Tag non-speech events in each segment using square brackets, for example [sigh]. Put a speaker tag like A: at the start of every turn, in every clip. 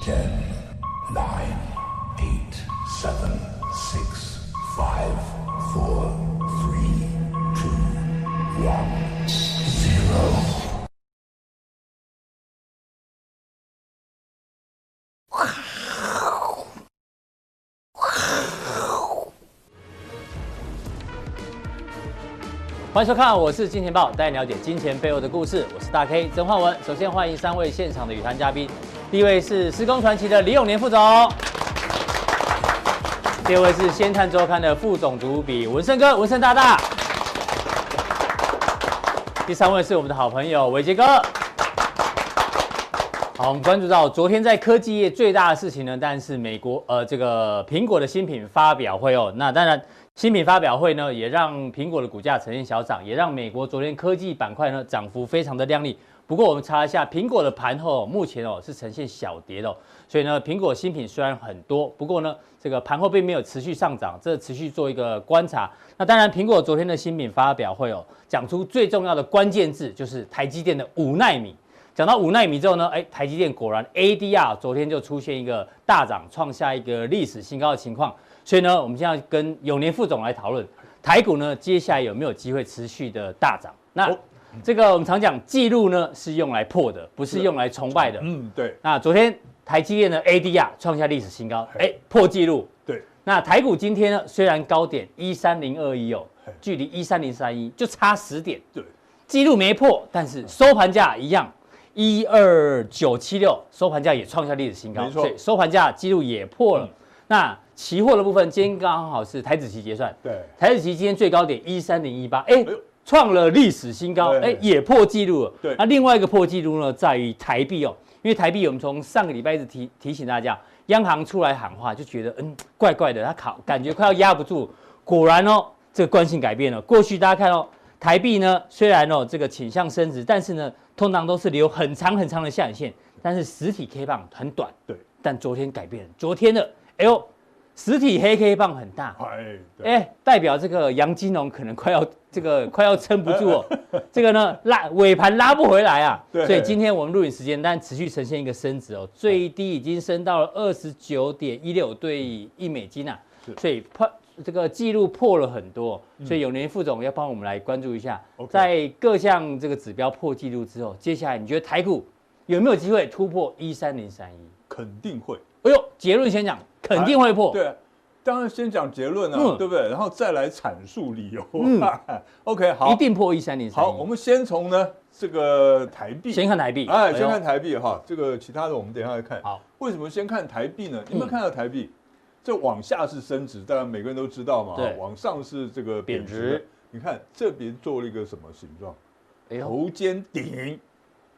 A: Ten, nine, eight, seven, six, five, four, three, two, one, zero.
B: 欢迎收看，我是金钱豹，带你了解金钱背后的故事。我是大 K 曾焕文。首先欢迎三位现场的语坛嘉宾，第一位是时空传奇的李永年副总，第二位是《先探周刊》的副总主笔文胜哥，文胜大大，第三位是我们的好朋友伟杰哥。好，我们关注到昨天在科技业最大的事情呢，但是美国呃这个苹果的新品发表会哦，那当然新品发表会呢，也让苹果的股价呈现小哦涨，也让美国昨天科技板块呢涨幅非常的亮丽。不过我们查一下苹果的盘后、哦，目前哦是呈现小跌的、哦，所以呢苹果新品虽然很多，不过呢这个盘后并没有持续上涨，这持续做一个观察。那当然苹果昨天的新品发表会哦，讲出最重要的关键字就是台积电的五纳米。讲到五纳米之后呢，哎，台积电果然 ADR 昨天就出现一个大涨，创下一个历史新高的情况。所以呢，我们现在跟永年副总来讨论台股呢，接下来有没有机会持续的大涨？那、这个我们常讲记录呢是用来破的，不是用来崇拜的。
C: 嗯，对
B: 那昨天台积电的 ADR 创下历史新高，哎，破纪录。
C: 对，
B: 那台股今天呢，虽然高点一三零二一哦，距离一三零三一就差十点，
C: 对，
B: 记录没破，但
C: 嗯
B: 是收盘价一样，一二九七六，收盘价也创下历史新高，
C: 没错
B: 所以收盘价记录也破了。
C: 嗯
B: 那期货的部分，今天刚好是台子期结算，
C: 对
B: 台子期今天最高点一三零一八，哎
C: 哎呦。
B: 创了历史新高，
C: 对
B: 哎，也破纪录了。
C: 对
B: 那啊另外一个破纪录呢，在于台币哦，因为台币我们从上个礼拜一直提提醒大家，央行出来喊话，就觉得嗯怪怪的，它考感觉快要压不住。果然哦，这个惯性改变了。过去大家看哦，台币呢虽然哦这个倾向升值，但是呢通常都是留很长很长的下影线，但是实体 K 棒很短。
C: 对，
B: 但昨天改变了，昨天的哎呦，实体黑 K 棒很大，
C: 哎，对
B: 哎、代表这个杨金龙可能快要这
C: [laughs]
B: 个快要撑不住哦，这个呢拉尾盘拉不回来啊，
C: 对
B: 所以今天我们录影时间，但持续呈现一个升值哦，最低已经升到了二十九点一六对一美金啊，
C: 是嗯
B: 所以破这个记录破了很多，所以永年副总要帮我们来关注一下，
C: OK
B: 在各项这个指标破纪录之后，接下来你觉得台股有没有机会突破一三零三一？
C: 肯定会，
B: 哎呦，结论先讲，肯定会破，
C: 哎对。啊当然，先讲结论啊
B: 嗯，
C: 对不对？然后再来阐述理由啊
B: 嗯。
C: [laughs] OK，好
B: 一，定破一三零三一。
C: 好，我们先从呢这个台币，
B: 先看台币，
C: 哎，
B: 呦
C: 先看台币哈。这个其他的我们等一下再看。
B: 好，
C: 为什么先看台币呢？你有没有
B: 嗯
C: 看到台币？这往下是升值，当然每个人都知道嘛。
B: 对
C: 往上是这个贬
B: 贬
C: 值
B: 值。
C: 你看这边做了一个什么形状？
B: 哎呦，
C: 头肩顶，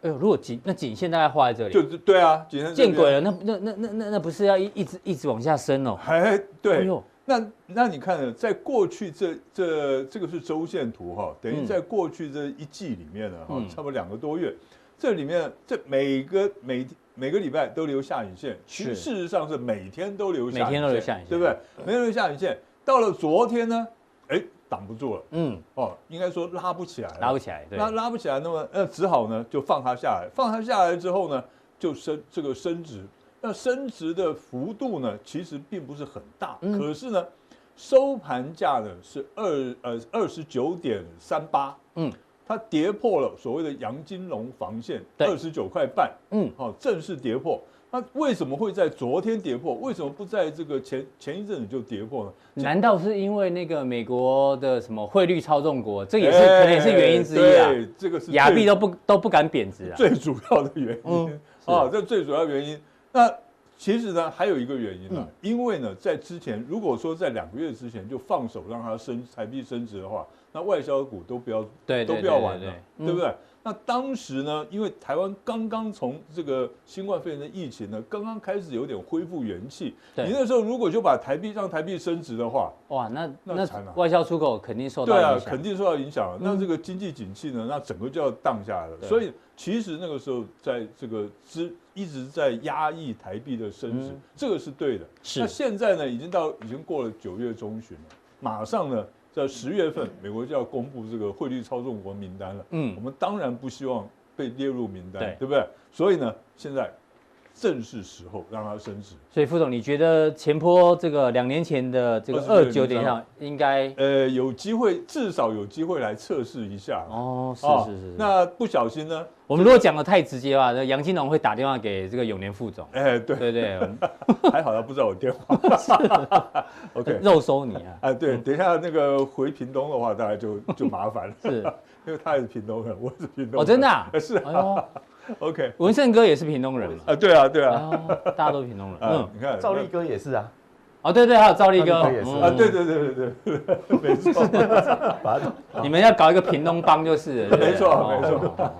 B: 哎呦，如果颈那颈线大概画在这里，
C: 就是对啊，今天这
B: 见
C: 边
B: 鬼了，那那那那那那不是要一一直一直往下升哦？
C: 哎，
B: 哎
C: 对
B: 呦，
C: 那那你看呢，在过去这这这个是周线图哈、等于
B: 嗯
C: 在过去这一季里面呢，哈、
B: 嗯
C: 差不多两个多月，这里面这每个每每个礼拜都留下影线，其实
B: 是
C: 事实上是每天都留下影线，
B: 每天都留下影线
C: 对不对？每天留下影线，到了昨天呢，哎，挡不住了
B: 嗯，
C: 哦，应该说拉不起来了，
B: 拉不起来，对，
C: 那拉不起来，那么那只好呢就放它下来，放它下来之后呢，就升这个升值，那升值的幅度呢其实并不是很大，
B: 嗯
C: 可是呢收盘价呢是二呃二十九点三八，
B: 嗯
C: 它跌破了所谓的杨金龙防线
B: 对
C: 二十九块半，
B: 嗯，
C: 好、正式跌破。那为什么会在昨天跌破？为什么不在这个前前一阵子就跌破呢？
B: 难道是因为那个美国的什么汇率操纵国？这也是可能也是原因之一
C: 哎
B: 啊，
C: 对，这个是
B: 亚
C: 最
B: 币都不都不敢贬值啊，
C: 最主要的原因
B: 嗯
C: 啊
B: 是，
C: 这最主要原因。那其实呢，还有一个原因呢
B: 嗯，
C: 因为呢，在之前如果说在两个月之前就放手让它升台币升值的话，那外销股都不要
B: 对
C: 都
B: 对
C: 不要玩
B: 对
C: 了，
B: 对嗯
C: 对不对？那当时呢，因为台湾刚刚从这个新冠肺炎的疫情呢，刚刚开始有点恢复元气，
B: 对
C: 你那时候如果就把台币让台币升值的话，
B: 哇，那
C: 那
B: 那
C: 惨了
B: 外销出口肯定受到
C: 对啊
B: 影，响嗯
C: 肯，定受到影响了。啊那这个经济景气呢，那整个就要荡下来了。
B: 对
C: 所以其实那个时候，在这个资一直在压抑台币的升值
B: 嗯，
C: 这个是对的。
B: 是
C: 那现在呢，已经到已经过了九月中旬了，马上呢，在十月份，美国就要公布这个汇率操纵国名单了。
B: 嗯
C: 我们当然不希望被列入名单，
B: 对
C: 对不对？所以呢，现在正是时候让它升值。
B: 所以副总，你觉得前坡这个两年前的这个二九
C: 29
B: 点上应该
C: 呃，有机会，至少有机会来测试一下。
B: 哦，是
C: 啊
B: 是是。那
C: 那不小心呢？
B: 我们如果讲的太直接的话，那杨金龙会打电话给这个永年副总，
C: 哎，对，
B: [laughs] 对不对？我们
C: 还好他不知道我电
B: [laughs]
C: 话。OK，
B: 肉收你啊，
C: 啊，对，等一下那个回屏东的话，大概就就麻烦了， [laughs]
B: 是
C: 因为他也是屏东人，我也是屏东人。，
B: 哦，真的、啊
C: [laughs] 是 [laughs]
B: 哎呦，
C: OK
B: 文胜哥也是屏
C: [laughs]
B: 东人嘛，
C: 啊，对啊，对啊，
B: 哦，大家都是屏东人，
C: 啊
B: 嗯，，
C: 你看
D: 赵立哥也是啊，
B: 哦，对对，还有赵力哥嗯
D: 赵力哥也是
C: 啊，对对对对对， [laughs] 没
B: [laughs]
C: 错。
D: [laughs] 把他
B: 你们要搞一个屏东帮就是了，对不对
C: 没错
B: 哦
C: 没错
B: 哦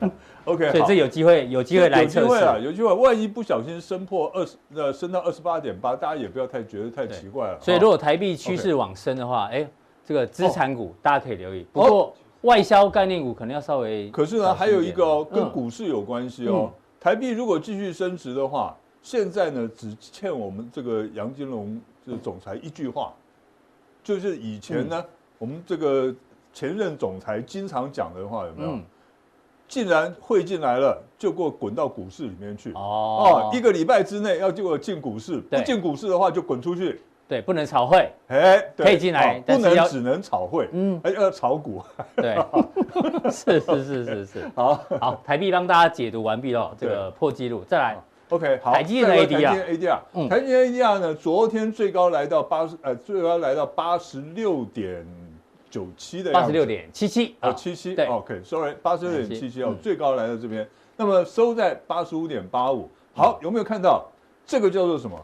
B: 哦
C: OK，
B: 所以
C: 好
B: 这有机会，有机会来
C: 有机
B: 测
C: 会啊，
B: 试。
C: 有机会。万一不小心升破二十，呃，升到二十八点八，大家也不要太觉得太奇怪了。
B: 所以
C: 哈
B: 如果台币趋势往升的话，哎，这个资产
C: 哦
B: 股大家可以留意，不过外销概念股可能要稍微。
C: 可是呢，还有一个哦，跟
B: 嗯
C: 股市有关系哦。台币如果继续升值的话，现在呢只欠我们这个杨金龙这个总裁一句话，就是以前呢，
B: 嗯
C: 我们这个前任总裁经常讲的话，有没有？
B: 嗯，
C: 既然汇进来了，就给我滚到股市里面去。
B: 哦
C: 哦，，一个礼拜之内要给我进股市，不
B: 对
C: 进股市的话就滚出去。
B: 对，不能炒汇，
C: 哎，对
B: 可以进来
C: 哦
B: 但
C: 不
B: 是
C: 能
B: 要
C: 只能炒汇，
B: 嗯，
C: 哎，要炒股。 [laughs]
B: 对，是是是是是，
C: 好
B: 好，台币帮大家解读完毕了，这个破纪录，再来，
C: OK，好，
B: 台积电
C: 再
B: 的
C: 来台
B: ADR
C: 积电 ADR，、
B: 嗯
C: 台积电 ADR 呢，昨天最高来到八十，呃，最高来到八十六点九七的样
B: 八
C: 子
B: 十六，点七七
C: 哦，七七，
B: 对
C: o k s o r r y 八十六点七七哦
B: 嗯，
C: 最高来到这边，那么收在八十五点八五，好，
B: 嗯
C: 有没有看到这个叫做什么？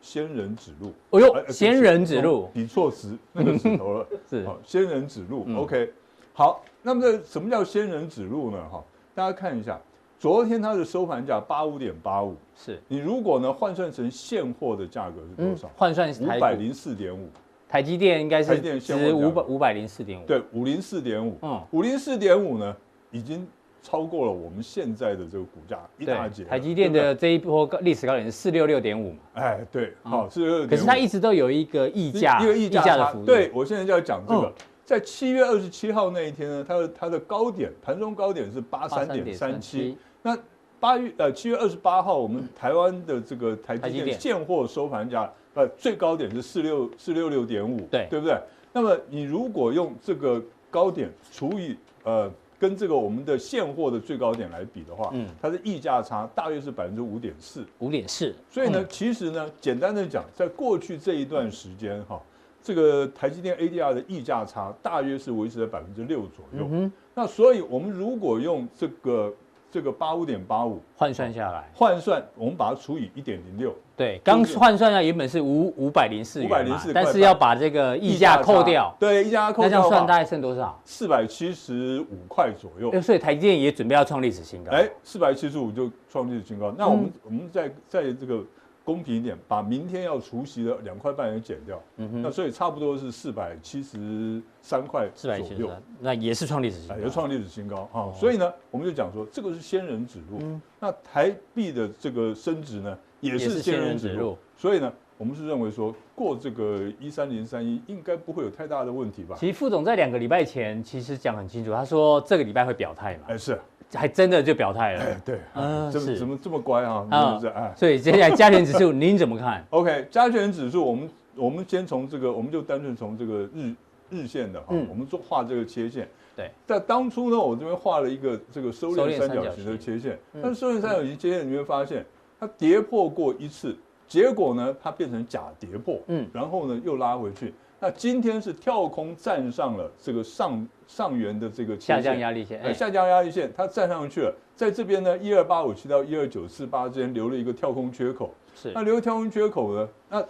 C: 仙人指路，
B: 哎
C: 哎
B: 呦，
C: 呃
B: 仙人指路
C: 比错指那个指头了，
B: [laughs] 是
C: 好，仙人指路、
B: 嗯
C: o k 好，那么这什么叫仙人指路呢？哈，大家看一下，昨天它的收盘价八五点八五。
B: 是，
C: 你如果呢换算成现货的价格是多
B: 嗯
C: 少，？
B: 换算是
C: 五
B: 台
C: 百
B: 股
C: 零四点五，
B: 台积电应该
C: 台
B: 是
C: 积电现货
B: 值
C: 价
B: 五百
C: 格
B: 五百零四点五，
C: 对，五零四点五，
B: 嗯，
C: 五零四点五呢，已经超过了我们现在的这个股价一大截了。啊
B: 台积电
C: 对不
B: 的这一波高历史高点是四六六点五嘛，
C: 对，哎，对，
B: 嗯
C: 好，是。
B: 可是它一直都有一个溢价，
C: 因为溢价
B: 的
C: 差
B: 幅度，
C: 对，我现在就要讲这个
B: 嗯，
C: 在七月二十七号那一天呢，它的它的高点盘中高点是八三点三七，，那八月呃七月二十八号，我们台湾的这个台
B: 台积
C: 积电
B: 电
C: 现货收盘价，呃最高点是四六四六六点五，
B: 对
C: 对不对？那么你如果用这个高点除以呃跟这个我们的现货的最高点来比的话，
B: 嗯
C: 它的溢价差大约是百分之五点四。
B: 五点四，
C: 所以呢，
B: 嗯，
C: 其实呢，简单的讲，在过去这一段时间哈，这个台积电 ADR 的溢价差大约是维持在百分之六左右。
B: 嗯哼，
C: 那所以我们如果用这个这个八五点八五
B: 换算下来，
C: 换算，我们把它除以一点零六，
B: 对，刚换算下原本是五五百零四元嘛
C: 504
B: 但是要把这个溢价扣掉，
C: 对，溢价扣
B: 那这
C: 掉
B: 样算
C: 的
B: 大概剩多少？
C: 四百七十五块左右
B: 哎，所以台积电也准备要创历史新高，
C: 哎，四百七十五就创历史新高。那
B: 嗯
C: 我们、我们再在这个公平一点，把明天要除夕的两块半也减掉，
B: 嗯哼
C: 那所以差不多是四百七十三块
B: 四
C: 左
B: 百七十
C: 右。，
B: 那也是创哦历史新
C: 哎，
B: 高，
C: 也创历史新高啊、所以呢，我们就讲说，这个是仙人指路。那台币的这个升值呢，也
B: 嗯也是
C: 是
B: 仙
C: 仙人
B: 人
C: 指
B: 指
C: 路
B: 路。
C: 所以呢，我们是认为说，过这个一三零三一应该不会有太大的问题吧？
B: 其实副总在两个礼拜前其实讲很清楚，他说这个礼拜会表态嘛，
C: 哎，是，
B: 还真的就表态
C: 哎
B: 了，，
C: 对，
B: 嗯
C: 怎
B: 是
C: 么怎么这么乖啊？
B: 啊
C: 是不是？哎
B: 所以接下来加权指数您怎么看？
C: ，OK，加权指数，我们我们先从这个，我们就单纯从这个日日线的哈、
B: 嗯
C: 我们做画这个切线。
B: 对，
C: 在当初呢，我这边画了一个这个收
B: 收
C: 敛
B: 敛
C: 三
B: 三
C: 角
B: 角
C: 形的
B: 形嗯
C: 切线，但是收敛三角形切线，你会发现它跌破过一次，结果呢，它变成假跌破，
B: 嗯
C: 然后呢又拉回去。那今天是跳空站上了这个上上缘的这个切
B: 下
C: 线
B: 降压力线，
C: 呃
B: 哎，
C: 下降压力线它站上去了，在这边呢，一二八五七到一二九四八之间留了一个跳空缺口。
B: 是
C: 那留跳空缺口呢？那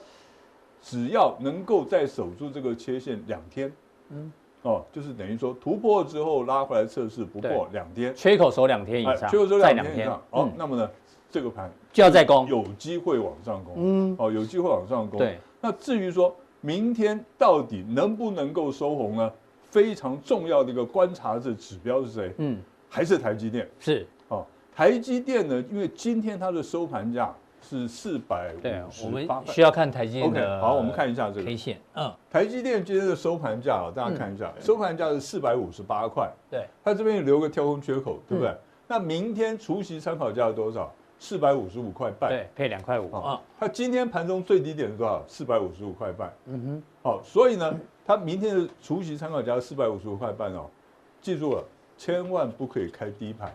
C: 只要能够再守住这个切线两天，嗯，哦，就是等于说突破之后拉回来测试不破两天，
B: 缺口守两天嗯以上，
C: 哎缺口说
B: 再
C: 两天以上，哦，那么呢，这个盘
B: 就要再攻，
C: 有机会往上攻，
B: 嗯
C: 哦，有机会往上攻。
B: 对，
C: 那至于说明天到底能不能够收红呢？非常重要的一个观察的指标是谁？
B: 嗯，
C: 还是台积电？
B: 是
C: 哦，台积电呢，因为今天它的收盘价是四百
B: 对，
C: 五
B: 我
C: 嗯
B: 们
C: 十八块
B: 需。要看台积电
C: OK，
B: 的，
C: 好，我们看一下这个
B: K 线，嗯，
C: 台积电今天的收盘价啊，大家看一下，收盘价是四百五十八块，
B: 对，嗯
C: 它这边留个跳空缺口，对不对？那明天除夕参考价是多少？四百五十五块半。
B: 对，配两块五
C: 啊
B: 啊，
C: 它今天盘中最低点是多少？四百五十五块半。
D: 嗯哼，
C: 好、所以呢，它明天的除夕参考价四百五十五块半哦，记住了，千万不可以开低盘，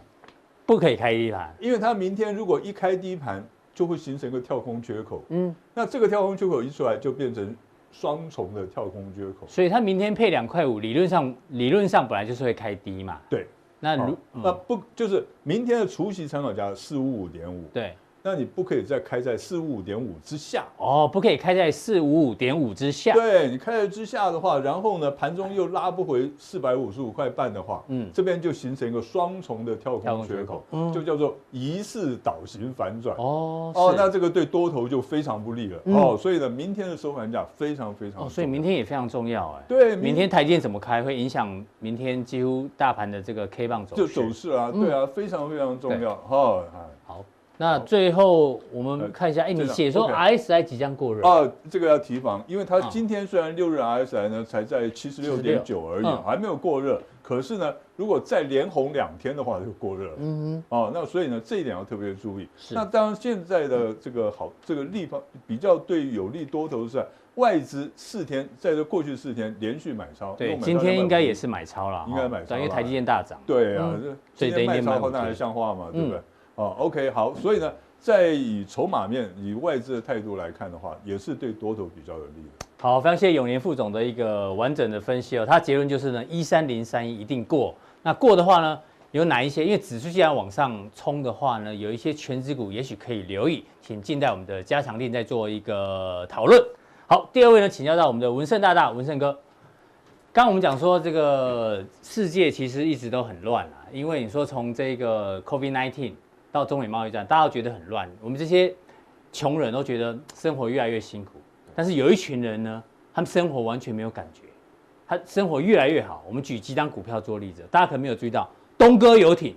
B: 不可以开低盘，
C: 因为它明天如果一开低盘，就会形成一个跳空缺口。
B: 嗯，
C: 那这个跳空缺口一出来，就变成双重的跳空缺口。
B: 所以它明天配两块五，理论上理论上本来就是会开低嘛。
C: 对，
B: 那
C: 好
B: 如、
C: 那
B: 嗯、
C: 不就是明天的除夕参考价四五五点五？
B: 对
C: 那你不可以再开在四五五点五之下。
B: 哦，不可以开在四五五点五之下。
C: 对你开在之下的话，然后呢，盘中又拉不回四百五十五块半的话，
B: 嗯
C: 嗯，这边就形成一个双重的跳
B: 跳
C: 空
B: 空缺
C: 缺
B: 口
C: 口，
B: 嗯
C: 就叫做疑似倒型反转。哦
B: 哦
C: 那
B: 是
C: 这个对多头就非常不利了、
B: 嗯
C: 哦，所以呢，明天的收盘价非常非常
B: 哦，所
C: 重
B: 以
C: 要
B: 明天也非常重要哎。
C: 对
B: 明天台积电怎么开，会影响明天几乎大盘的这个 K 棒走
C: 就
B: 势。嗯
C: 走势啊，对啊，非常非常重要哈、哦哎
B: 好，那最后我们
C: 呃
B: 看一下，哎，你
C: 这样
B: 写说
C: OK
B: RSI 即将过热，
C: 啊，这个要提防，因为它
B: 啊
C: 今天虽然六日 RSI 呢才在七十六点九而已，啊
B: 嗯
C: 还没有过热，可是呢，如果再连红两天的话就过热了。
B: 嗯
C: 哦，那所以呢，这一点要特别注意。
B: 是
C: 那当然，现在的这个好，这个利方比较对有利多头是外资四天，在这过去四天连续买超，
B: 对，
C: 又买超
B: 今天应该也是
C: 250。
B: 买超了哈，
C: 应该买超
B: 对因为
C: 了
B: 台积电大涨。
C: 对啊
B: 嗯，
C: 这今
B: 所以等于
C: 天卖
B: 卖
C: 超
B: 不
C: 后那还
B: 出
C: 像话嘛，对不对
B: 嗯？
C: 哦，OK，好，所以呢，在以筹码面、以外资的态度来看的话，也是对多头比较有利的。
B: 好，非常谢谢永年副总的一个完整的分析哦。他结论就是呢，一三零三一一定过。那过的话呢，有哪一些？因为指数既然往上冲的话呢，有一些全指股也许可以留意，请静待我们的加强力再做一个讨论。好，第二位呢，请教到我们的文胜大大，文胜哥。刚刚我们讲说，这个世界其实一直都很乱啊，因为你说从这个 COVID-19 到中美贸易战，大家都觉得很乱，我们这些穷人都觉得生活越来越辛苦，但是有一群人呢，他们生活完全没有感觉，他生活越来越好。我们举几张股票做例子，大家可能没有注意到，东哥游艇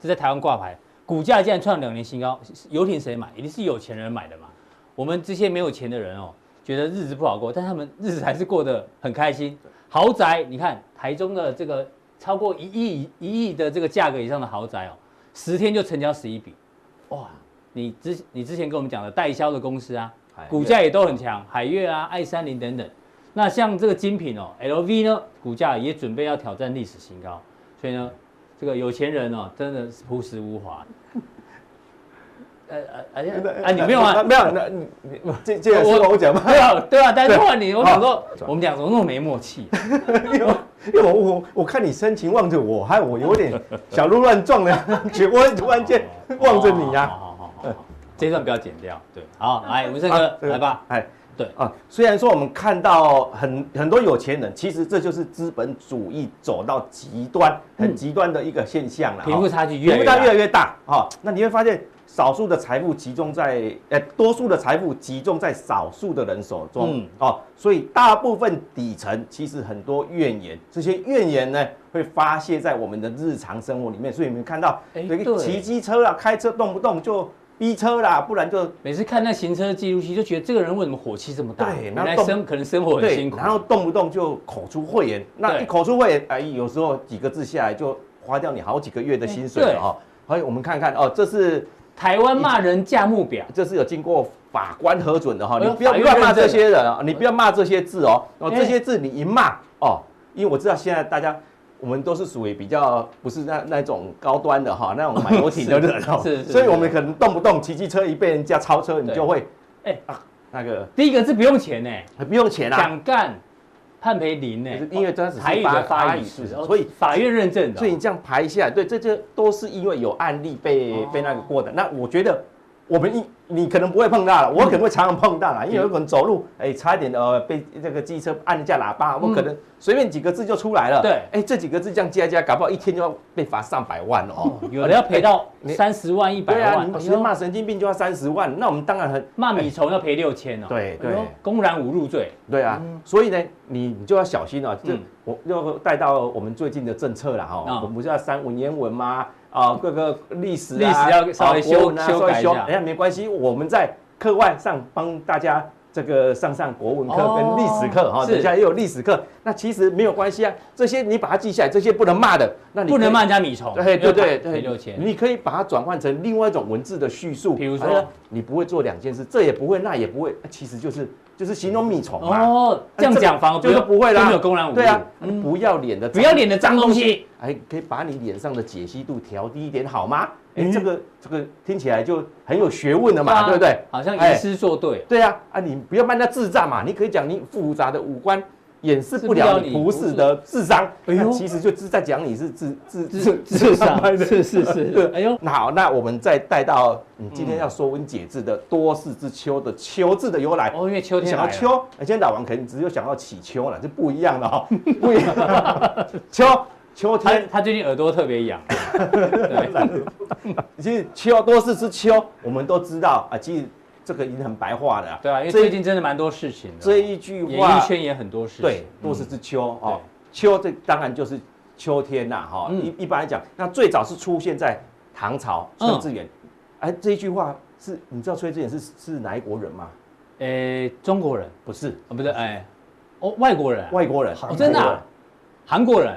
B: 这在台湾挂牌，股价竟然创两年新高，游艇谁买？一定是有钱人买的嘛。我们这些没有钱的人哦，觉得日子不好过，但他们日子还是过得很开心。豪宅，你看台中的这个超过一亿一亿的这个价格以上的豪宅哦，十天就成交十一笔，哇！你之你之前跟我们讲的代销的公司啊
D: 海，悦
B: 股价也都很强，海月啊、爱三零等等。那像这个精品哦，LV 呢，股价也准备要挑战历史新高，所以呢，这个有钱人哦，真的是朴实无华。呃呃，而且啊，你没有啊？
D: 哎没有，那你你这这个是跟我讲吗？
B: 对啊，对啊，但是换你，我想说
D: 好，
B: 我们俩怎么那么没默契？
D: 因为我 [laughs] 因为我我我看你深情望着我，害我有点小鹿乱撞的感觉，我突然间望着你啊
B: 好
D: 呀。
B: 好好好好，这一段不要剪掉。对，好，来，文胜哥，来吧。，
D: 哎。
B: 对，
D: 啊，虽然说我们看到很很多有钱人，其实这就是资本主义走到极端、很极端的一个现象了。
B: 贫富差距越
D: 越
B: 来越
D: 来越
B: 大
D: 大越来越大哈、那你会发现少数的财富集中在，呃，多数的财富集中在少数的人手中、
B: 嗯
D: 哦，所以大部分底层其实很多怨言，这些怨言呢会发泄在我们的日常生活里面，所以你们看到
B: 哎
D: 有一
B: 对
D: 个骑机车啦，开车动不动就逼车啦，不然就
B: 每次看那行车记录器，就觉得这个人为什么火气这么大？
D: 对
B: 原
D: 然后
B: 来
D: 动
B: 生可能生活很辛苦。
D: 然后动不动就口出秽言，那
B: 对
D: 一口出秽言，哎，有时候几个字下来就花掉你好几个月的
B: 哎
D: 薪水了哦。还有我们看看哦，这是
B: 台湾骂人价目表，
D: 这是有经过法官核准的哈、
B: 哎呦
D: 你不要
B: 法
D: 不
B: 院
D: 要骂
B: 认证
D: 这些人啊，你不要骂这些字哦，哦，
B: 哎，
D: 这些字你一骂哦，因为我知道现在大家。我们都是属于比较不是那那种高端的哈，那种买游艇的人
B: [laughs]
D: 哦
B: 是是是
D: 所以我们可能动不动骑机车一被人家超车，你
B: 对
D: 就会
B: 哎
D: 啊那个哎
B: 第一个字不用钱呢，
D: 不用钱啊啦，
B: 蒋干判赔零呢哦
D: 可是，因为它只是
B: 台语的
D: 发
B: 发
D: 发
B: 语
D: 语
B: 是，
D: 是
B: 哦
D: 所以
B: 法院认证的
D: 所以你
B: 哦。
D: 这样排下来，对，这这都是因为有案例被、
B: 哦
D: 被那个过的。那我觉得我们一你可能不会碰
B: 嗯
D: 到了，我可能会常常碰到啦，因为有可能走路哎、差一点呃被这个机车按一下喇叭，我可能随便几个字就出来了。
B: 嗯对
D: 哎、这几个字这样加一加，搞不好一天就要被罚上百万哦。
B: 哦有的要赔到
D: 你
B: 三十万、一百
D: 对啊，
B: 万
D: 你，
B: 哎
D: 你
B: 呦
D: 骂神经病就要三十万，那我们当然很
B: 骂米虫要赔六千哦。
D: 对
B: 哎呦
D: 对
B: 公然侮辱罪。
D: 对啊，所以呢，你你就要小心啊。这
B: 嗯
D: 我要带到我们最近的政策了哈，
B: 啊
D: 我们不是要删文言文吗？啊，各个历史啊
B: 历史要稍微
D: 啊国文啊
B: 修
D: 稍微
B: 修改一下
D: 哎呀，没关系，我们在课外上帮大家。这个上上国文课
B: 哦
D: 跟历史课哈，
B: 是
D: 等一下也有历史课，那其实没有关系啊，这些你把它记下来，这些不能骂的，那你
B: 不能
D: 可以
B: 骂哦人家米虫，
D: 对对对对，
B: 赔六千。
D: 你可以把它转换成另外一种文字的叙述，
B: 比如说
D: 哎呀你不会做两件事，这也不会，那也不会，啊其实就是就是形容米虫嘛。
B: 哦，这样讲反而
D: 就是不会啦，
B: 就没有公然侮辱。
D: 对啊，
B: 嗯
D: 不要脸的，
B: 不要脸的脏东西，
D: 哎，可以把你脸上的解析度调低一点好吗？
B: 嗯
D: 哎，这个这个听起来就很有学问了嘛，对不对？
B: 啊好像
D: 哎
B: 吟诗作对，
D: 对啊，啊，你不要把人家智障嘛，你可以讲你复杂的五官掩饰不了你不是的智商，
B: 哎呦
D: 那其实就是在讲你是智智
B: 智智商
D: [laughs] 派的
B: 是是是
D: 对，
B: [laughs] 哎呦，
D: 那好，那我们再带到你
B: 嗯
D: 今天要说文解字的多事之秋的秋字的由来。
B: 哦，因为秋
D: 你
B: 天
D: 想到
B: 来了，
D: 秋，哎今天老王可能只有想到起秋了，就不一样了哈、 [laughs] 哦，不一样。秋，秋
B: 他
D: 天
B: 他最近耳朵特别
D: [laughs]
B: 痒，对，
D: 其实秋多事之秋，我们都知道啊，其实这个已经很白话了啊。
B: 对啊，因为
D: 这
B: 最近真的蛮多事情的，
D: 这一句
B: 演
D: 话
B: 艺，圈也很多事情，
D: 对，多事之秋哦
B: 嗯对，
D: 秋这当然就是秋天呐，哈。
B: 嗯
D: 一一般来讲，那最早是出现在唐朝
B: 嗯
D: 崔致远，哎，这一句话是，你知道崔致远是是哪一国人吗？
B: 诶，中国人
D: 不是，
B: 啊，不对，哎，哦，外国人啊，
D: 外国人
B: 哦，真的啊，韩国人，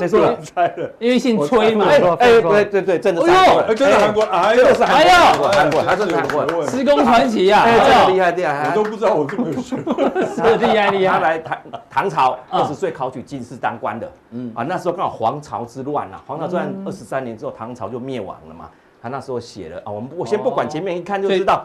D: 谁
B: [laughs]
D: 说的？
C: 猜了，
B: 因为姓
C: 我
B: 崔嘛，
D: 哎哎，
E: 非洲
D: 对对对，真的是
B: 哎呦
D: 韩国
C: [laughs] 哎，
D: 人，
C: 真的韩国，哎呦
D: 这，是
B: 哎呦
D: 韩国人，韩国
C: 哎
D: 人，他真的是韩国人，
C: 我
B: 施工传奇呀，
D: 哎，这
B: 哎
D: 个厉
B: 呦
D: 害厉害，
C: 我都不知道我这么有学问。
B: 是厉害厉
D: 他
B: 害，
D: 来唐唐朝
B: 嗯
D: 二十岁考取进士当官的，
B: 嗯
D: 嗯啊，那时候刚好黄巢之乱啊，黄巢之乱二十三年之后，唐朝就灭亡了嘛。他那时候写了啊，我们我先不管前面，一看就知道，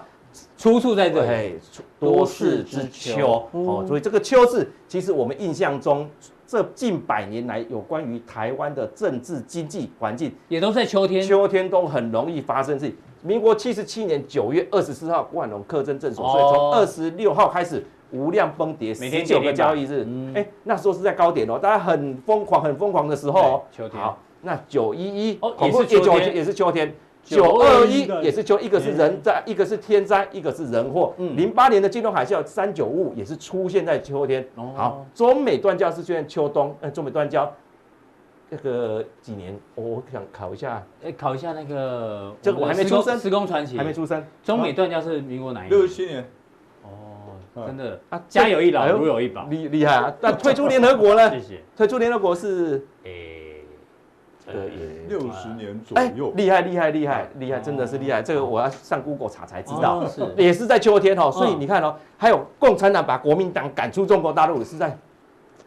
B: 出处在这里，
D: 对，多事之秋哦，所以这个秋字，其实我们印象中这近百年来有关于台湾的政治经济环境，
B: 也都在秋天，
D: 秋天都很容易发生事情。民国七十七年九月二十四号，万隆课征证所，所以从
B: 哦
D: 二十六号开始无量崩跌
B: 每
D: 十
B: 天跌
D: 九
B: 停
D: 个
B: 板
D: 交易日
B: 嗯。
D: 哎，那时候是在高点哦，大家很疯狂、很疯狂的时候哦。
B: 对秋天
D: 好，那九一一
B: 哦
D: 恐怖
B: 也是秋天
D: 也是秋天。九二一
B: 921
D: 也是秋，一个是人灾，一个是天灾，一个是人祸。
B: 嗯
D: 零八年的金融海啸三九五也是出现在秋天。
B: 哦
D: 好，中美断交是出现秋冬，呃，中美断交那个几年，我我想考一下。
B: 哎，考一下那个，
D: 这个我还没出生
B: 施工传奇
D: 还没出生
B: 中美断交是民国哪一年？
C: 六七年，
B: 哦，
C: 嗯
B: 真的
D: 啊
B: 家有一老，
D: 哎呦
B: 如有一宝。
D: 厉厉
B: [laughs]
D: 害啊！那退出联合国呢
B: 谢？谢。
D: 退出联合国是
B: 诶，
D: 呃
C: 六十年左
D: 哎
C: 右，，
D: 厉害厉害厉害厉害，
B: 哦
D: 真的是厉害！这个我要上 Google 查才知
B: 哦
D: 道，
B: 是
D: 也是在秋天哦。所以
B: 嗯
D: 你看哦，还有共产党把国民党赶出中国大陆是在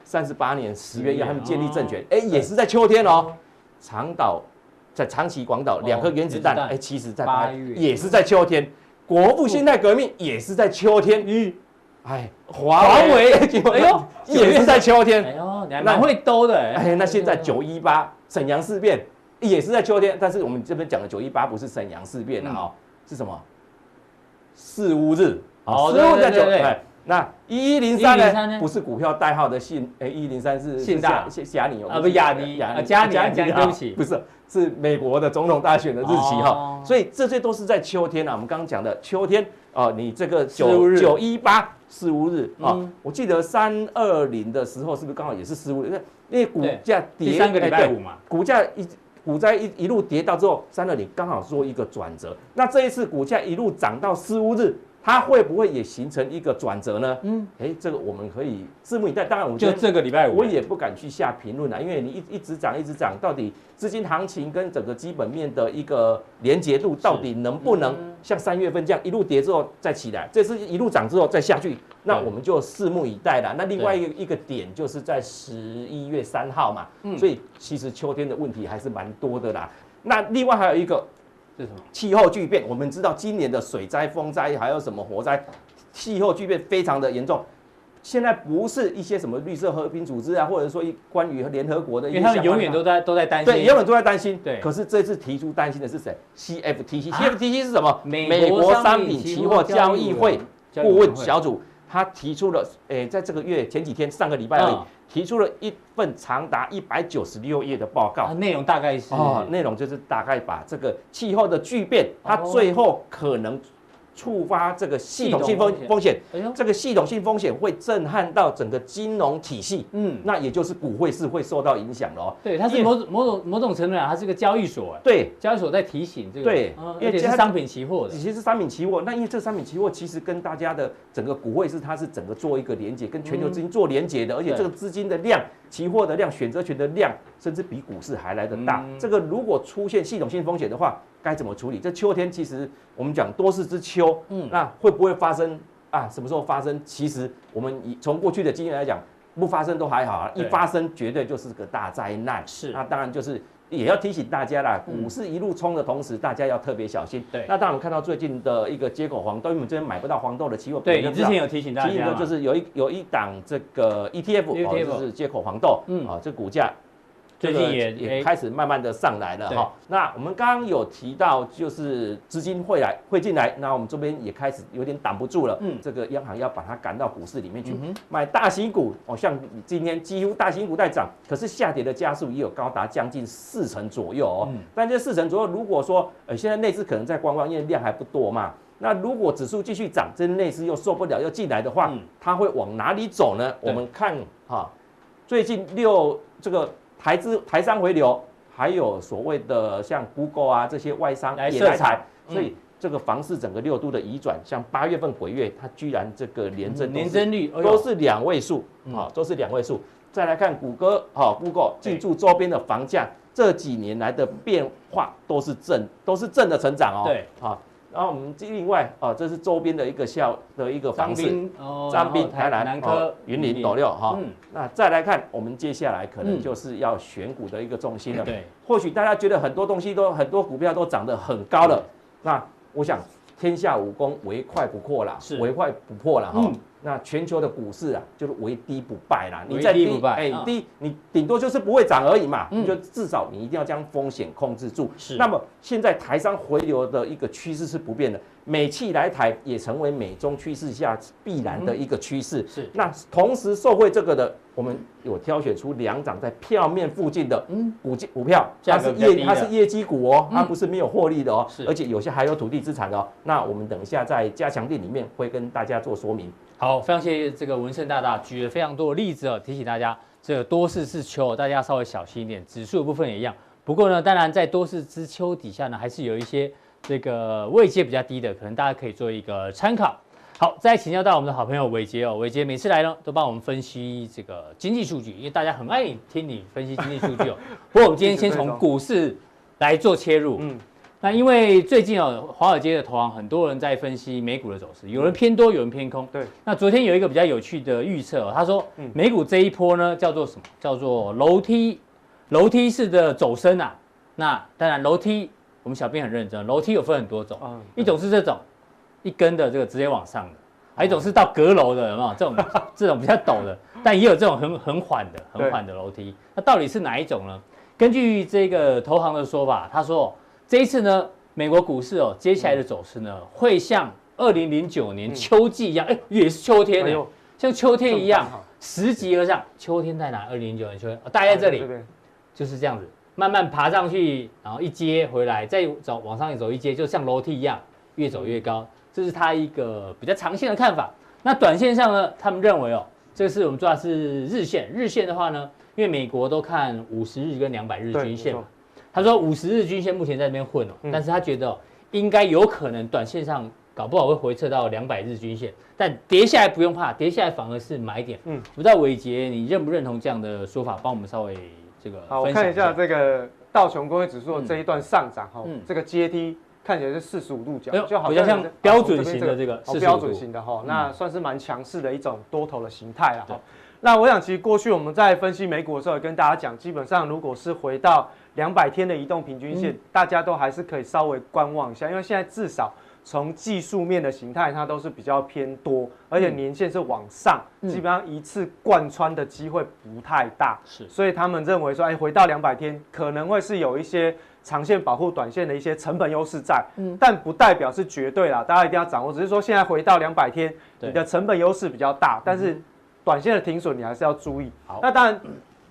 D: 三十八年十月
B: 10
D: 一
B: 月哦
D: 号，他们建立政权，哎，也是在秋天哦。长岛在长崎、广岛两颗原子弹
B: 哦原子，弹
D: 哎，其实在
B: 八
D: 八
B: 月
D: 也是在秋天。国父现代革命也是在秋天，
B: 嗯，
D: 哎，华 [laughs] 为，
B: 哎
D: 哎
B: 呦
D: 呦，也是在秋天
B: 哎。呦，你还
D: 那
B: 蛮会兜的哎。
D: 哎，那现在九一八沈阳事变也是在秋天，但是我们这边讲的九一八不是沈阳事变
B: 嗯
D: 了哦，是什么？四乌日，
B: 哦
D: 四乌
B: 对
D: 在
B: 对
D: 九
B: 对对
D: 哎。那一一零三
B: 1103呢
D: 呢？不是股票代号的信，哎，一一零三是
B: 信大
D: 是霞尼
B: 啊不雅尼啊加尼加尼对不起
D: 不是是美国的总统大选的日期
B: 哦
D: 哈，所以这些都是在秋天啊。我们刚刚讲的秋天哦，你这个
B: 四乌
D: 九
B: 日
D: 九一八四乌日啊
B: 嗯，
D: 我记得三二零的时候是不是刚好也是四乌日？因为因为股
B: 对
D: 价跌，
B: 第三个礼
D: 哎
B: 拜
D: 对
B: 五嘛，
D: 股价一股灾一一路跌到之后，三二零刚好做一个转折。那这一次股价一路涨到四五日，它会不会也形成一个转折呢？
B: 嗯，
D: 哎，这个我们可以拭目以待。当然，我觉
B: 就
D: 得
B: 这个礼拜五。
D: 我也不敢去下评论啦，啊因为你一一直涨一直涨，到底资金行情跟整个基本面的一个连结度，到底能不能像三月份这样一路跌之后再起来？这次一路涨之后再下去，那
B: 对
D: 我们就拭目以待啦。那另外
B: 对
D: 一个一个点就是在十一月三号嘛，所以其实秋天的问题还是蛮多的啦。那另外还有一个
B: 这是什么？
D: 气候巨变，我们知道今年的水灾、风灾还有什么火灾，气候巨变非常的严重。现在不是一些什么绿色和平组织啊，或者说一关于联合国的
B: 因
D: 一
B: 为
D: 些
B: 他们
D: 相关
B: 永
D: 的
B: 远都在都在担心。
D: 对，永远都在担心。
B: 对
D: 可是这次提出担心的是谁？CFTC。
B: 啊
D: CFTC 是什么？
B: 美国
D: 国
B: 商
D: 商
B: 品
D: 品
B: 期
D: 期
B: 货
D: 货
B: 交
D: 交
B: 易
D: 易
B: 会
D: 会
B: 交易委
D: 顾
B: 员会
D: 问小组，他提出了，诶，在这个月前几天，上个礼拜而已
B: 嗯，
D: 提出了一份长达一百九十六页的报告
B: 啊，。内容大概是
D: 哦哦，内容就是大概把这个气候的巨变，它
B: 哦
D: 最后可能触发这个系统
B: 系
D: 性
B: 统
D: 风
B: 风险
D: 风险，
B: 哎呦，
D: 这个系统性风险会震撼到整个金融体系，
B: 嗯，
D: 那也就是股汇市会受到影响了哦。
B: 对，它是某种某种某种程度来讲，它是个交易所，哎
D: 对，
B: 交易所在提醒这个，
D: 对
B: 嗯
D: 因为
B: 而且
D: 它
B: 是商品期货的
D: 其，实是商品期货，那因为这商品期货其实跟大家的整个股汇市，它是整个做一个连接，跟全球资金做连接
B: 嗯
D: 的，而且这个资金的量、期货的量、选择权的量，甚至比股市还来得大。
B: 嗯
D: 这个如果出现系统性风险的话，该怎么处理？这秋天其实我们讲多事之秋，
B: 嗯
D: 那会不会发生啊？什么时候发生？其实我们以从过去的经验来讲，不发生都还好啊，一
B: 对
D: 发生绝对就是个大灾难。
B: 是
D: 那当然就是也要提醒大家啦，股市一路冲的同时，大家要特别小心。
B: 嗯对
D: 那当然我们看到最近的一个接口黄豆，因为我们这边买不到黄豆的期货，
B: 对
D: 比较
B: 你之
D: 少
B: 前有提醒大
D: 其实
B: 家
D: 呢，
B: 嘛，
D: 就是有一有一档这个 ETF，哦，
B: ETF
D: 就是接口黄豆，
B: 嗯
D: 嗯，啊，这股价
B: 最
D: 这
B: 近
D: 个
B: 也
D: 也
B: 哎
D: 开始慢慢的上来了
B: 对
D: 哈。那我们刚刚有提到，就是资金会来会进来，那我们这边也开始有点挡不住了。
B: 嗯
D: 嗯，这个央行要把它赶到股市里面去
B: 嗯哼，
D: 买大型股哦，像今天几乎大型股在涨，可是下跌的加速也有高达将近四成左右哦
B: 嗯。
D: 但这四成左右，如果说呃现在内资可能在观望，因为量还不多嘛。那如果指数继续涨，这内资又受不了又进来的话
B: 嗯，
D: 它会往哪里走呢？
B: 对
D: 我们看哈，最近六这个台资台商回流，还有所谓的像 Google 啊这些外商
B: 来
D: 也
B: 设
D: 来
B: 厂嗯
D: 台，所以这个房市整个六都的移转，像八月份鬼月，它居然这个连增
B: 嗯
D: 都是
B: 年增率哎呦
D: 都是两位数
B: 嗯
D: 啊，都是两位数。再来看谷歌啊，Google
B: 对
D: 进驻周边的房价，这几年来的变化都是正，都是正的成长哦。
B: 对，
D: 啊，然后我们另外啊，这是周边的一个校的一个
B: 张
D: 房市，
B: 斌、哦
D: 张
B: 然
D: 斌、
B: 后
D: 台南、
B: 南
D: 哦
B: 科、
D: 云林、斗六哈
B: 嗯。
D: 那再来看，我们接下来可能
B: 嗯
D: 就是要选股的一个重心了。
B: 对，
D: 或许大家觉得很多东西都很多股票都涨得很高
B: 嗯
D: 了，那我想天下武功唯快不破啦
B: 是，
D: 唯快不破啦哈。
B: 嗯
D: 那全球的股市啊，就是唯低不败啦。
B: 唯
D: 你在
B: 低
D: 低
B: 不败
D: 哎
B: 啊
D: 低，你顶多就是不会涨而已嘛。
B: 嗯
D: 就至少你一定要将风险控制住。
B: 是
D: 那么现在台商回流的一个趋势是不变的，美气来台也成为美中趋势下必然
B: 嗯
D: 的一个趋势。
B: 是
D: 那同时受惠这个的，我们有挑选出两档在票面附近的
B: 嗯
D: 股价股票，
B: 价
D: 它
B: 格
D: 是
B: 比较低
D: 业它
B: 的
D: 是业绩股哦，它
B: 嗯
D: 不是没有获利的哦
B: 是，
D: 而且有些还有土地资产的哦。那我们等一下在加强店里面会跟大家做说明。
B: 好，非常谢谢这个文胜大大举了非常多的例子哦，提醒大家这个多事之秋，大家稍微小心一点。指数的部分也一样，不过呢，当然在多事之秋底下呢，还是有一些这个位阶比较低的，可能大家可以做一个参考。好，再请教到我们的好朋友伟杰哦，伟杰每次来呢都帮我们分析这个经济数据，因为大家很爱听你分析经济数据哦。不过我们今天先从股市来做切入，嗯，那因为最近哦，华尔街的投行很多人在分析美股的走势，有人偏多，有人偏空，
E: 对。
B: 那昨天有一个比较有趣的预测、哦，他说美股这一波呢叫做什么？叫做楼梯楼梯式的走升啊。那当然楼梯，我们小编很认真，楼梯有分很多种，
E: 嗯
B: 一种是这种一根的这个直接往上的，还有一种是到阁楼的，有没有这种
E: [laughs]
B: 这种比较陡的，但也有这种很很缓的、很
E: 对
B: 缓的楼梯。那到底是哪一种呢？根据这个投行的说法，他说、哦、这一次呢，美国股市哦，接下来的走势呢，会像二零零九年秋季一样，哎、也是秋天、
E: 嗯哎
B: 哎
E: 呦，
B: 像秋天一样
E: 这么刚好，
B: 拾级而上。秋天在哪？二零零九年秋天，哦大概在这里。
E: 对对对
B: 就是这样子，慢慢爬上去，然后一阶回来，再走往上走一阶，就像楼梯一样，越走越高。这是他一个比较长线的看法。那短线上呢，他们认为哦，这是我们抓的是日线，日线的话呢，因为美国都看五十日跟两百日
E: 对
B: 均线嘛
E: 没错，
B: 他说五十日均线目前在那边混哦，
E: 嗯
B: 但是他觉得、哦、应该有可能短线上搞不好会回撤到两百日均线，但跌下来不用怕，跌下来反而是买点。嗯
E: 嗯，
B: 不知道伟杰你认不认同这样的说法？帮我们稍微这个
E: 好，我
B: 分享
E: 看一下这个道琼工业指数的这一段上涨哈
B: 嗯，
E: 这个阶梯看起来是四十五度角
B: 哎呦，
E: 就好
B: 比较像
E: 是
B: 标准型的这个
E: 哦从
B: 45
E: 边
B: 度嗯
E: 标准型的哈，那算是蛮强势的一种多头的形态了哈。那我想，其实过去我们在分析美股的时候，也跟大家讲，基本上如果是回到两百天的移动平均线，
B: 嗯
E: 大家都还是可以稍微观望一下，因为现在至少从技术面的形态，它都是比较偏多，而
B: 嗯
E: 且年限是往上，基本上一次贯穿的机会不太大。
B: 是
E: 所以他们认为说，哎，回到两百天可能会是有一些长线保护短线的一些成本优势在，但不代表是绝对啦，大家一定要掌握。只是说现在回到两百天，
B: 对嗯
E: 你的成本优势比较大，但是短线的停损你还是要注意
B: 好。
E: 那当然，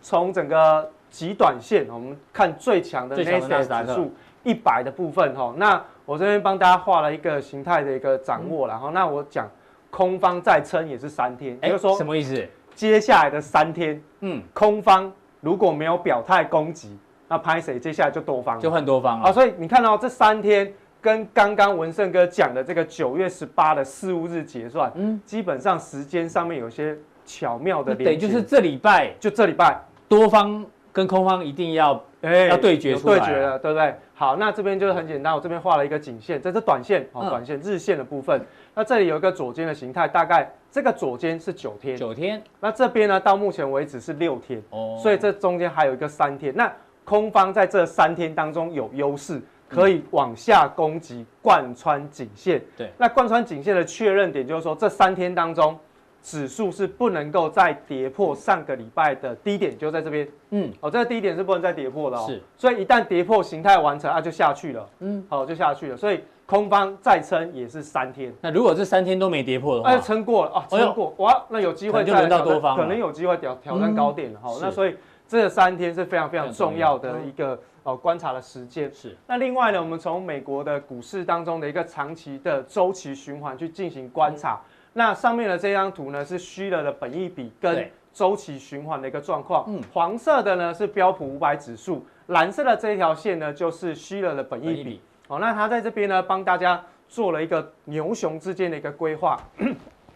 E: 从整个极短线，我们看最强的
B: 最强的
E: n a s
B: 纳
E: a
B: 斯达
E: 指
B: 克
E: 数，一百的部分哈。那我这边帮大家画了一个形态的一个掌握然后那我讲空方再撑也是三天，也
B: 嗯哎
E: 就是说
B: 什么意思？
E: 接下来的三天，
B: 嗯，
E: 空方如果没有表态攻击，那拍谁接下来就多方
B: 嗯
E: 了
B: 就换多方
E: 啊，
B: 了。
E: 所以你看到、这三天跟刚刚文胜哥讲的这个九月十八的事务日结算，
B: 嗯，
E: 基本上时间上面有些巧妙的
B: 那
E: 连
B: 等
E: 接，
B: 于就是这礼拜
E: 就这礼拜，
B: 多方跟空方一定要
E: 哎
B: 要对决
E: 有
B: 出来
E: 对
B: 啊
E: 决了，对不对？好，那这边就是很简单，我这边画了一个颈线，这是短线，好、
B: 嗯
E: 短线日线的部分。那这里有一个左肩的形态，大概这个左肩是九天，
B: 九天
E: 那这边呢到目前为止是六天。
B: 哦
E: 所以这中间还有一个三天。那空方在这三天当中有优势，可以往下攻击，贯穿颈线。
B: 对
E: 那贯穿颈线的确认点就是说，这三天当中，指数是不能够再跌破上个礼拜的低点，就在这边。
B: 嗯，
E: 哦，这个低点是不能再跌破的哦。
B: 是，
E: 所以一旦跌破形态完成，啊，就下去了。
B: 嗯
E: 嗯，好、就下去了。所以空方再撑也是三天。
B: 那如果这三天都没跌破的
E: 哎，
B: 话，
E: 撑过了啊，
B: 哎呦
E: 撑过哇，那有机
B: 可
E: 会
B: 能就
E: 再
B: 轮到
E: 挑战
B: 多方了嗯
E: 可能有机会挑挑战高点了哈
B: 是。
E: 那所以这三天是非常非常重要
B: 非
E: 的
B: 常重嗯
E: 一个呃观察的时间。
B: 是
E: 那另外呢，我们从美国的股市当中的一个长期的周期循环去进行观察。
B: 嗯
E: 那上面的这张图呢是虚了的本益比跟
B: 对
E: 周期循环的一个状况。
B: 嗯
E: 黄色的呢是标普五百指数，蓝色的这一条线呢就是虚了的本益比。好、那他在这边呢帮大家做了一个牛熊之间的一个规划。 [coughs]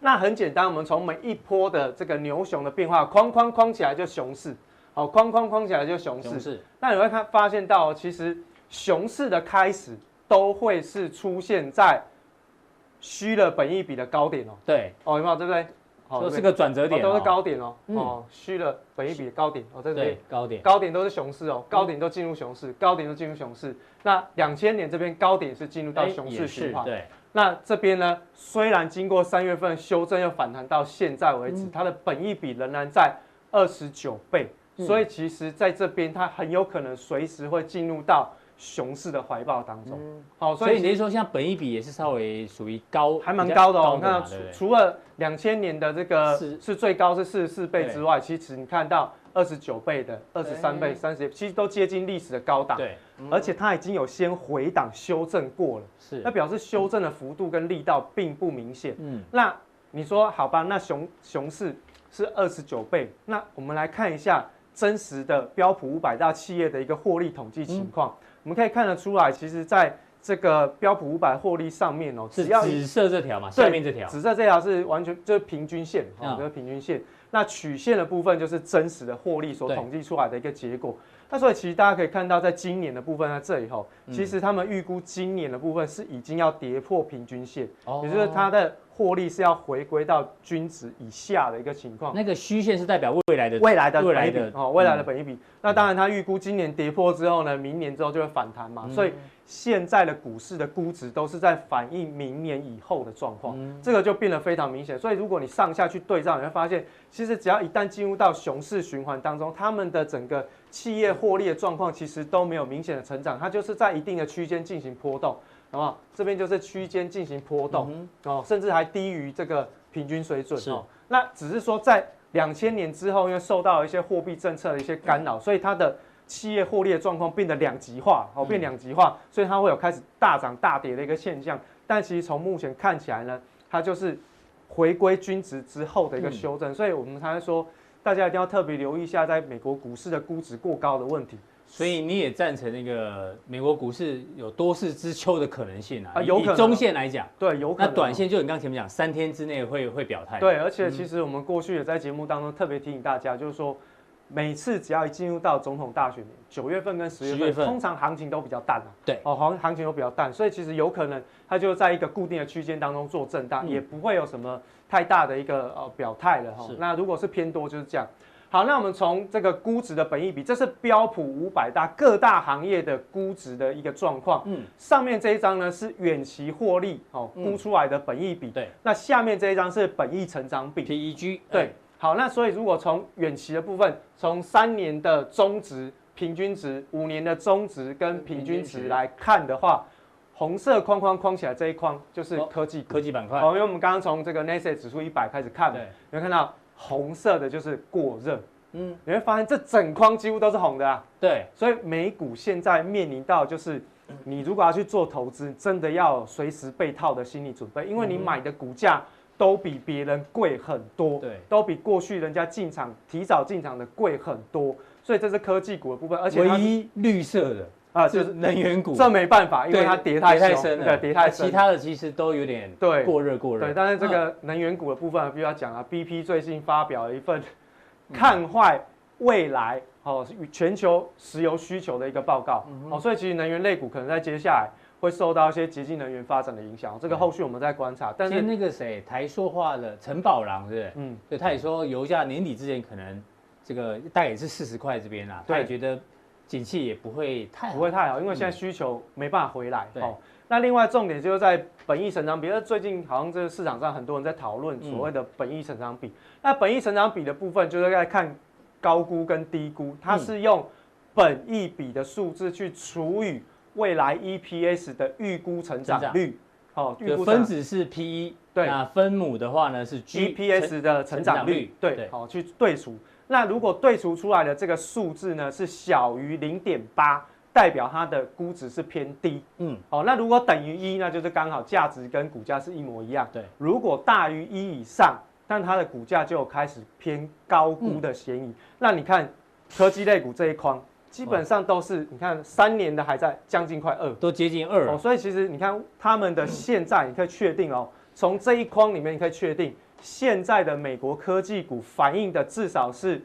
E: 那很简单，我们从每一波的这个牛熊的变化框框框起来就熊市，好、框框框起来就熊
B: 熊
E: 市。
B: 市
E: 那你会看发现到哦，其实熊市的开始都会是出现在虚了本益比的高点哦，
B: 对，
E: 哦有没有对不对？好
B: 都是
E: 对
B: 个转折点
E: 哦
B: 哦，
E: 都是高点哦，
B: 嗯
E: 哦虚了本益比的高点哦，在这边
B: 对高点，
E: 高点都是熊市
B: 嗯
E: 哦，高点都进入熊市，高点都进入熊市。那两千年这边高点是进入到
B: 哎
E: 熊
B: 也
E: 市
B: 是
E: 循环，
B: 对，
E: 那这边呢，虽然经过三月份修正又反弹到现在为止，它的本益比仍然在二十九倍，
B: 嗯
E: 所以其实在这边它很有可能随时会进入到熊市的怀抱当中。好，
B: 嗯
E: 所
B: 所以
E: 以
B: 你是说像本一比也是稍微属于高，
E: 还蛮
B: 比较
E: 高的哦。
B: 嘛
E: 那
B: 对
E: 除
B: 不对
E: 除了两千年的这个
B: 是
E: 是最高是四十四倍
B: 对
E: 之外，其实你看到二十九倍的、二十三倍、三十，其实都接近历史的高档。
B: 对
E: 而且它已经有先回档修正过了，
B: 嗯是
E: 那表示修正的幅度跟力道并不明显。
B: 嗯
E: 那你说好吧，那熊熊市是二十九倍，那我们来看一下真实的标普五百大企业的一个获利统计情况，
B: 嗯
E: 我们可以看得出来，其实在这个标普五百获利上面哦，
B: 是
E: 只要一
B: 紫色这条嘛，
E: 对
B: 下面这条
E: 紫色这条是完全就是平均线，
B: 嗯
E: 好、哦，就是平均线。那曲线的部分就是真实的获利所
B: 对
E: 统计出来的一个结果。那所以其实大家可以看到，在今年的部分在这里吼，
B: 嗯
E: 其实他们预估今年的部分是已经要跌破平均线，
B: 哦
E: 也就是它的获利是要回归到均值以下的一个情况。
B: 那个虚线是代表未来的
E: 未来的
B: 未
E: 未
B: 来
E: 来
B: 的嗯
E: 的哦，未来的本益比。那当然，它预估今年跌破之后呢，明年之后就会反弹
B: 嗯
E: 嘛。所以现在的股市的估值都是在反映明年以后的状况，
B: 嗯
E: 这个就变得非常明显。所以如果你上下去对照，你会发现，其实只要一旦进入到熊市循环当中，他们的整个企业获利的状况其实都没有明显的成长，它就是在一定的区间进行波动。好不好？这边就是区间进行波动、哦，甚至还低于这个平均水准
B: 是
E: 哦。那只是说在两千年之后，因为受到一些货币政策的一些干扰，所以它的企业获利的状况变得两极化，哦，
B: 嗯
E: 变两极化，所以它会有开始大涨大跌的一个现象。但其实从目前看起来呢，它就是回归均值之后
B: 嗯
E: 的一个修正，所以我们才会说，大家一定要特别留意一下，在美国股市的估值过高的问题。
B: 所以你也赞成那个美国股市有多事之秋的可能性啊？
E: 啊
B: 以
E: 有可能
B: 以中线来讲，
E: 对，有可
B: 那
E: 能、哦
B: 短。线就你刚前面讲，三天之内会会表态。嗯
E: 对，而且其实我们过去也在节目当中特别提醒大家，就是说，每次只要一进入到总统大选年，九月份跟十
B: 10
E: 月
B: 月
E: 份，
B: 份
E: 通常行情都比较淡啊。
B: 对
E: 哦，行行情都比较淡，所以其实有可能它就在一个固定的区间当中做震荡，
B: 嗯
E: 也不会有什么太大的一个呃表态了哈、
B: 是
E: 那如果是偏多就是这样。好，那我们从这个估值的本益比，这是标普五百大各大行业的估值的一个状况。
B: 嗯，
E: 上面这一张呢是远期获利哦估出来的本益比，
B: 对 E
E: 那下面这一张是本益成长比，
B: ，PEG
E: 对，，好，那所以如果从远期的部分，从三年的中值、平均值、五年的中值跟平均值来看的话，红色框框框起来这一框就是科技股哦
B: 科。技板块
E: 好、因为我们刚刚从这个 n a s a 指数一百开始看嘛，
B: 对
E: 你会看到红色的就是过热，嗯，你会发现这整框几乎都是红的啊。
B: 对，
E: 所以美股现在面临到就是，你如果要去做投资，真的要有随时被套的心理准备，因为你买的股价都比别人贵很多，
B: 对
E: 都比过去人家进场提早进场的贵很多，所以这是科技股的部分，而且它
B: 唯一绿色的
E: 啊，
B: 是
E: 就是
B: 能源股，
E: 这没办法，因为它跌太
B: 太
E: 凶
B: 深了，
E: 对，跌太深，
B: 其他的其实都有点
E: 对
B: 过热过热。
E: 对，但是这个能源股的部分必须要讲啊，BP 最近发表了一份看坏未来哦与全球石油需求的一个报告哦，所以其实能源类股可能在接下来会受到一些洁净能源发展的影响哦，这个后续我们再观察。但
B: 今
E: 是
B: 天那个谁台塑化的陈宝郎，对不对？
E: 嗯，
B: 对，他也说油价年底之前可能这个大概也是四十块这边啦，
E: 对
B: 他也觉得景气也不会太好
E: 不会太好，因为现在需求没办法回来。
B: 对
E: 哦，那另外重点就是在本益成长比，因为最近好像这个市场上很多人在讨论所谓的本益成长比。那本益成长比的部分就是在看高估跟低估，它是用本益比的数字去除以未来 EPS 的预估成长率。哦，预
B: 就
E: 估成
B: 分
E: 长
B: 子是 P E，
E: 对
B: 那分母的话呢是 G
E: EPS 的成
B: 成
E: 长
B: 长
E: 率
B: 率，对
E: 对，好去对除。那如果对除出来的这个数字呢是小于零点八，代表它的估值是偏低。
B: 嗯，
E: 哦，那如果等于一，那就是刚好价值跟股价是一模一样。
B: 对，
E: 如果大于一以上，但它的股价就有开始偏高估的嫌
B: 嗯
E: 疑。那你看科技类股这一框，基本上都是你看三年的还在将近快二。
B: 都接近二
E: 哦，所以其实你看他们的现在，你可以确定哦，从这一框里面你可以确定，现在的美国科技股反映的至少是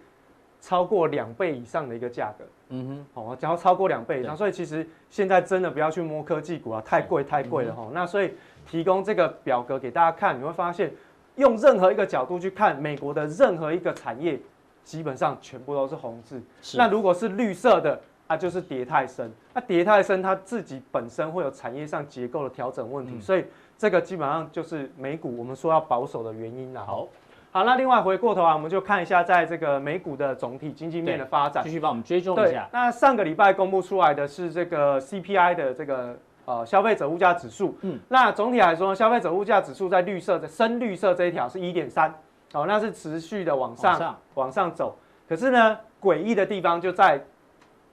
E: 超过两倍以上的一个价格。
B: 嗯哼，
E: 哦，只要超过两倍以上，
B: 对
E: 所以其实现在真的不要去摸科技股啊，太贵太贵
B: 嗯
E: 了哈、那所以提供这个表格给大家看，你会发现，用任何一个角度去看美国的任何一个产业，基本上全部都是红字。
B: 是
E: 那如果是绿色的，啊，就是叠太深。那叠太深，它自己本身会有产业上结构的调整问题，
B: 嗯
E: 所以这个基本上就是美股我们说要保守的原因啦。
B: 好，
E: 好，那另外回过头啊，我们就看一下在这个美股的总体经济面的发展
B: 继。续帮我们追踪一
E: 对
B: 下，。
E: 那上个礼拜公布出来的是这个 CPI 的这个呃消费者物价指数。
B: 嗯
E: 嗯，那总体来说，消费者物价指数在绿色的深绿色这一条是一点三，哦，那是持续的往上
B: 往上
E: 走。可是呢，诡异的地方就在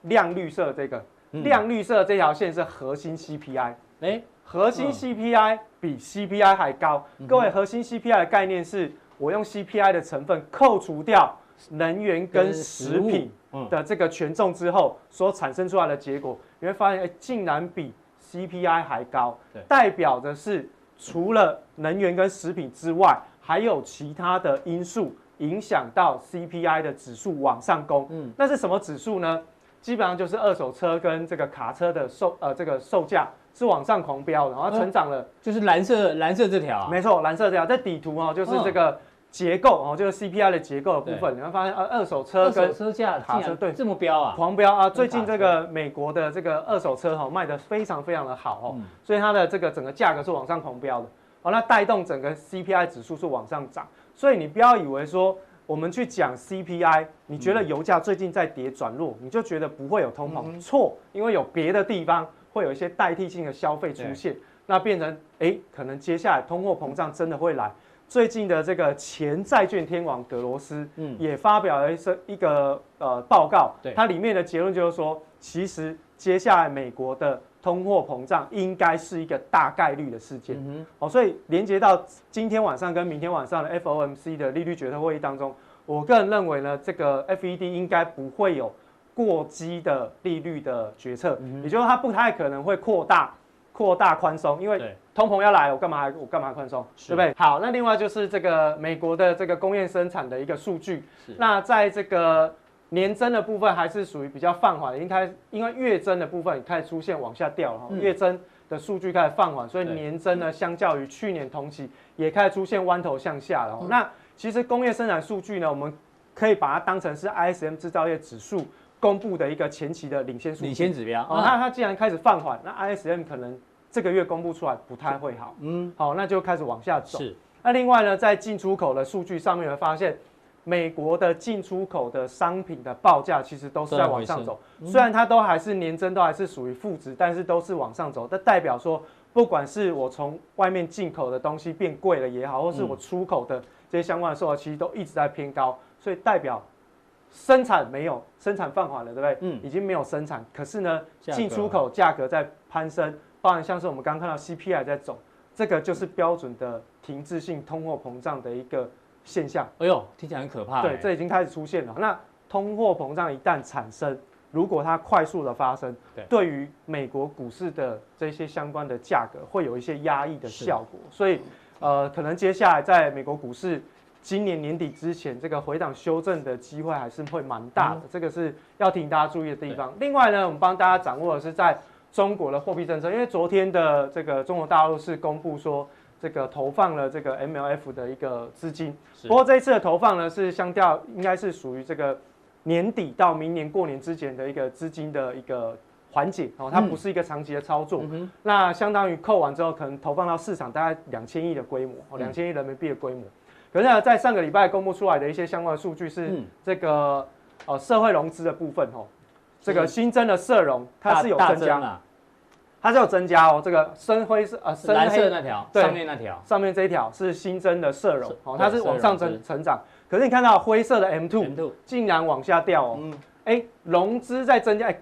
E: 亮绿色这个、
B: 嗯
E: 亮绿色这条线是核心 CPI。
B: 哎，
E: 核心
B: 嗯
E: CPI 比 CPI 还高。各位，核心 CPI 的概念是我用 CPI 的成分扣除掉能源跟食品
B: 嗯
E: 的这个权重之后所产生出来的结果，你会发现，哎，竟然比 CPI 还高
B: 对，
E: 代表的是除了能源跟食品之外，还有其他的因素影响到 CPI 的指数往上攻。
B: 嗯
E: 嗯，那是什么指数呢？基本上就是二手车跟这个卡车的售呃这个售价是往上狂飙的，然后
B: 呃
E: 成长了。
B: 就是蓝色蓝色这条啊，
E: 没错，蓝色这条这底图哦，就是这个结构哦，就是 CPI 的结构的部分，你会发现呃二手车
B: 二手
E: 跟
B: 车价
E: 卡
B: 竟
E: 车
B: 然
E: 对
B: 这么飙啊，
E: 狂飙啊！最
B: 卡
E: 近这个美国的这个二手车哈、哦、卖的非常非常的好哦，
B: 嗯
E: 所以它的这个整个价格是往上狂飙的哦，那带动整个 CPI 指数是往上涨，所以你不要以为说我们去讲 CPI，你觉得油价最近在跌转弱，
B: 嗯
E: 你就觉得不会有通膨，错，因为有别的地方会有一些代替性的消费出现，那变成哎，可能接下来通货膨胀真的会来。最近的这个前债券天王格罗斯，
B: 嗯
E: 也发表了一些一个呃报告
B: 对，
E: 它里面的结论就是说，其实接下来美国的通货膨胀应该是一个大概率的事件。
B: 嗯
E: 哦，所以连接到今天晚上跟明天晚上的 FOMC 的利率决策会议当中，我个人认为呢，这个 FED 应该不会有过激的利率的决策，
B: 嗯
E: 也就是它不太可能会扩大扩大宽松，因
B: 对
E: 为通膨要来，我干嘛还我干嘛宽松，
B: 是
E: 对不对？好，那另外就是这个美国的这个工业生产的一个数据
B: 是，
E: 那在这个年增的部分还是属于比较放缓的，应该因为月增的部分开始出现往下掉了哈，
B: 嗯
E: 月增的数据开始放缓，所以
B: 对
E: 年增呢，相较于去年同期也开始出现弯头向下了哦。
B: 嗯
E: 那其实工业生产数据呢，我们可以把它当成是 ISM 制造业指数公布的一个前期的领先
B: 哼，
E: 数据。
B: 领先指标
E: 哦，那
B: 啊，
E: 它既然开始放缓，那 ISM 可能这个月公布出来不太会好，
B: 嗯，
E: 好，那就开始往下走。
B: 是
E: 那另外呢，在进出口的数据上面，会发现美国的进出口的商品的报价其实都是在往上走，虽然它都还是年增，都还是属于负值，但是都是往上走。这代表说，不管是我从外面进口的东西变贵嗯了也好，或是我出口的这些相关的售价，其实都一直在偏高，所以代表生产没有，生产放缓了，对不对？
B: 嗯
E: 嗯，已经没有生产，可是呢，
B: 价格
E: 进出口价格在攀升，包含像是我们刚刚看到 CPI 在走，这个就是标准的停滞性通货膨胀的一个现象。
B: 哎呦，听起来很可怕、欸哎
E: 对，这已经开始出现了。那通货膨胀一旦产生，如果它快速的发生，
B: 对
E: 于美国股市的这些相关的价格会有一些压抑的效果。所以，呃，可能接下来在美国股市今年年底之前，这个回档修正的机会还是会蛮大
B: 嗯
E: 的，这个是要提醒大家注意的地方。另外呢，我们帮大家掌握的是在中国的货币政策，因为昨天的这个中国大陆是公布说。这个投放了这个 MLF 的一个资金，
B: 是
E: 不过这一次的投放呢，是相较应该是属于这个年底到明年过年之前的一个资金的一个缓解哦，它
B: 嗯
E: 不是一个长期的操作。
B: 嗯哼
E: 那相当于扣完之后，可能投放到市场大概两千亿的规模，
B: 嗯
E: 哦，两千亿人民币的规模。可是呢，在上个礼拜公布出来的一些相关的数据是
B: 嗯
E: 这个、呃社会融资的部分哦，这
B: 就
E: 个
B: 是
E: 新增的社融它是有
B: 大大啊
E: 增加，
B: 啦，
E: 它是有增加哦。这个深灰色呃深
B: 蓝
E: 黑
B: 色那条，
E: 对
B: 上面那条，
E: 上面这一条是新增的社融
B: 是，对
E: 哦，它是往上
B: 社
E: 增
B: 融
E: 成长。可是你看到灰色的 M two
B: 全度，
E: 竟然往下掉哦，
B: 嗯，
E: 哎、融资在增加，哎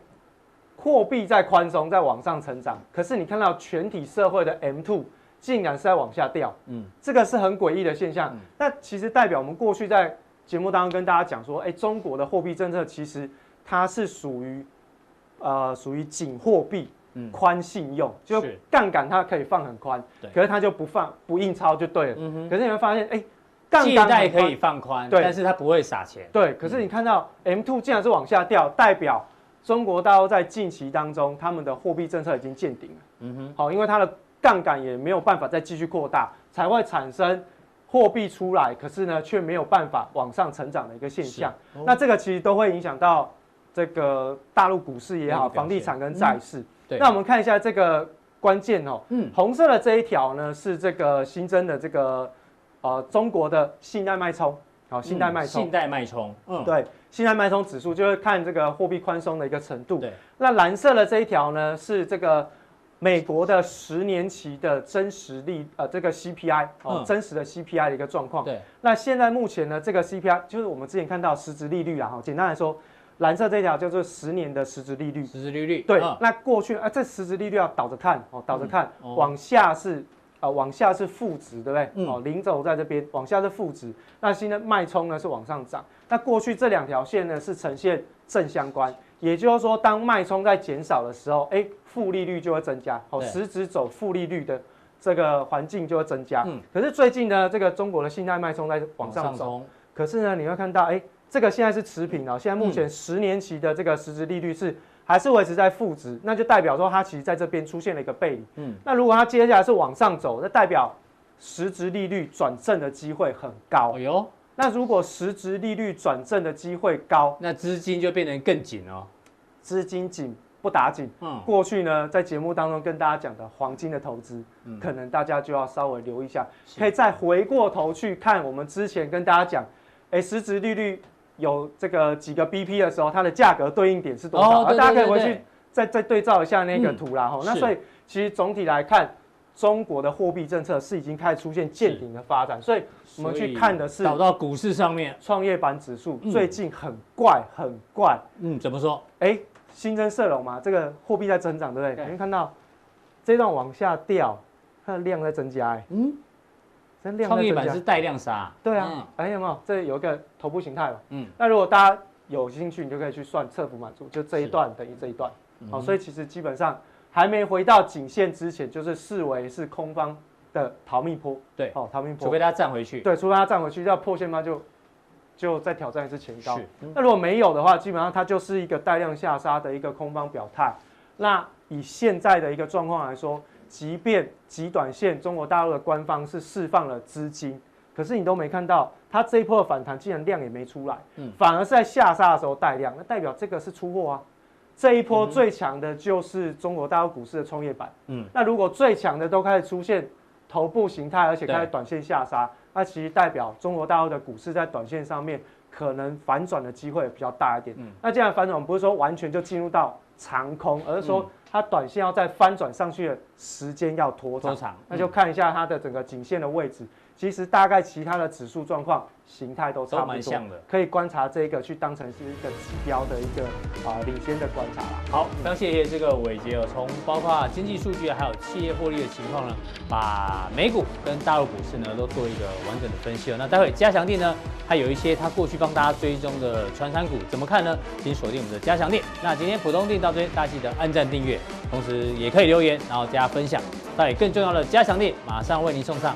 E: 货币在宽松，在往上成长。可是你看到全体社会的 M two 竟然是在往下掉，
B: 嗯
E: 嗯，这个是很诡异的现象。
B: 嗯
E: 那其实代表我们过去在节目当中跟大家讲说，哎、中国的货币政策其实它是属于呃属于紧货币
B: 嗯。
E: 宽信用，就是杠杆它可以放很宽
B: 对，
E: 可是它就不放不印钞就对了。
B: 嗯哼，
E: 可是你会发现，哎、杠
B: 借
E: 杆
B: 贷
E: 很
B: 可
E: 宽
B: 以放宽，
E: 对
B: 但是它不会撒钱。
E: 对，可是你看到 M two 竟然是往下掉，代表中国大陆在近期当中，他们的货币政策已经见顶了。
B: 嗯哼，
E: 好，因为它的杠杆也没有办法再继续扩大，才会产生货币出来，可是呢却没有办法往上成长的一个现象。
B: 哦
E: 那这个其实都会影响到这个大陆股市也
B: 那
E: 好，
B: 你表
E: 房地
B: 现嗯
E: 产跟债市。
B: 对
E: 那我们看一下这个关键哦，
B: 嗯，
E: 红色的这一条呢是这个新增的这个呃中国的信贷脉冲，好，信贷
B: 嗯
E: 脉冲。
B: 信贷脉冲，嗯，
E: 对，信贷脉冲指数就是看这个货币宽松的一个程度。
B: 对，
E: 那蓝色的这一条呢是这个美国的十年期的真实利呃这个 CPI 哦、
B: 嗯
E: 真实的 CPI 的一个状况。
B: 对，
E: 那现在目前呢这个 CPI 就是我们之前看到实质利率啊，哈，简单来说，蓝色这条叫做十年的实质利率。
B: 实质利率，
E: 对，
B: 嗯
E: 那过去啊这实质利率要倒着看哦，倒着看，
B: 嗯哦
E: 往下是。啊、往下是负值，对不对？
B: 嗯
E: 哦，零轴在这边，往下是负值。那现在脉冲呢是往上涨。那过去这两条线呢是呈现正相关，也就是说，当脉冲在减少的时候，哎，负利率就会增加。哦，
B: 对
E: 实质走负利率的这个环境就会增加。
B: 嗯
E: 可是最近呢，这个中国的信贷脉冲在往上走，
B: 冲，
E: 可是呢，你会看到，哎，这个现在是持平哦，现在目前十年期的这个实质利率是还是维持在负值，那就代表说它其实在这边出现了一个背离。
B: 嗯
E: 嗯，那如果它接下来是往上走，那代表实质利率转正的机会很高
B: 哦。哟，
E: 那如果实质利率转正的机会高，
B: 那资金就变得更紧哦，
E: 资金紧不打紧。
B: 嗯，
E: 过去呢，在节目当中跟大家讲的黄金的投资，可能大家就要稍微留意一下，
B: 是
E: 可以再回过头去看我们之前跟大家讲，哎，实质利率有这个几个 BP 的时候，它的价格对应点是多少？啊
B: 哦对对
E: 大家可以回
B: 对
E: 去
B: 对
E: 再再对照一下那个
B: 嗯
E: 图啦。哈、那
B: 是
E: 所以其实总体来看，中国的货币政策是已经开始出现见顶的发展，所以我们
B: 所
E: 去
B: 以
E: 看的是
B: 导到股市上面，
E: 创业板指数
B: 嗯
E: 最近很怪，很怪。
B: 嗯，怎么说？
E: 哎，新增社融嘛，这个货币在增长，对不
B: 对
E: 对？你会看到这段往下掉，它的量在增加，哎，
B: 嗯，
E: 这量
B: 创
E: 在
B: 业
E: 增
B: 板是
E: 加。
B: 带量杀，
E: 对啊，哎，有没有？这有一个头部形态嘛。
B: 嗯
E: 嗯，那如果大家有兴趣，你就可以去算侧幅满足，就这一段等于这一段。好，所以其实基本上还没回到颈线之前，就是视为是空方的逃命坡。
B: 对
E: 好，逃命
B: 嗯，除
E: 坡
B: 非。它站回去，
E: 对，除非它站回去，要破线吗？就就再挑战一次前高
B: 是。
E: 那如果没有的话，基本上它就是一个带量下杀的一个空方表态。那以现在的一个状况来说，即便极短线中国大陆的官方是释放了资金，可是你都没看到它这一波的反弹，竟然量也没出来，
B: 嗯
E: 反而是在下杀的时候带量，那代表这个是出货啊。这一波最强的就是中国大陆股市的创业板，
B: 嗯
E: 嗯，那如果最强的都开始出现头部形态，而且开
B: 对
E: 始短线下杀，那其实代表中国大陆的股市在短线上面可能反转的机会也比较大一点。
B: 嗯
E: 那既然反转，我们不是说完全就进入到长空，而
B: 嗯
E: 是说它短线要在翻转上去的时间要拖
B: 多
E: 长。
B: 长，
E: 那就看一下它的整个颈线的位置。其实大概其他的指数状况形态都差
B: 都
E: 不
B: 蛮
E: 多，
B: 像的
E: 可以观察这个去当成是一个指标的一个啊、领先的观察啦。
B: 好，非常谢谢这个伟杰哦，从包括经济数据还有企业获利的情况呢，把美股跟大陆股市呢都做一个完整的分析哦。那待会加强店呢，还有一些他过去帮大家追踪的传产股怎么看呢？请锁定我们的加强店。那今天普通店到这边，大家记得按赞订阅，同时也可以留言，然后加分享。待会更重要的加强店马上为您送上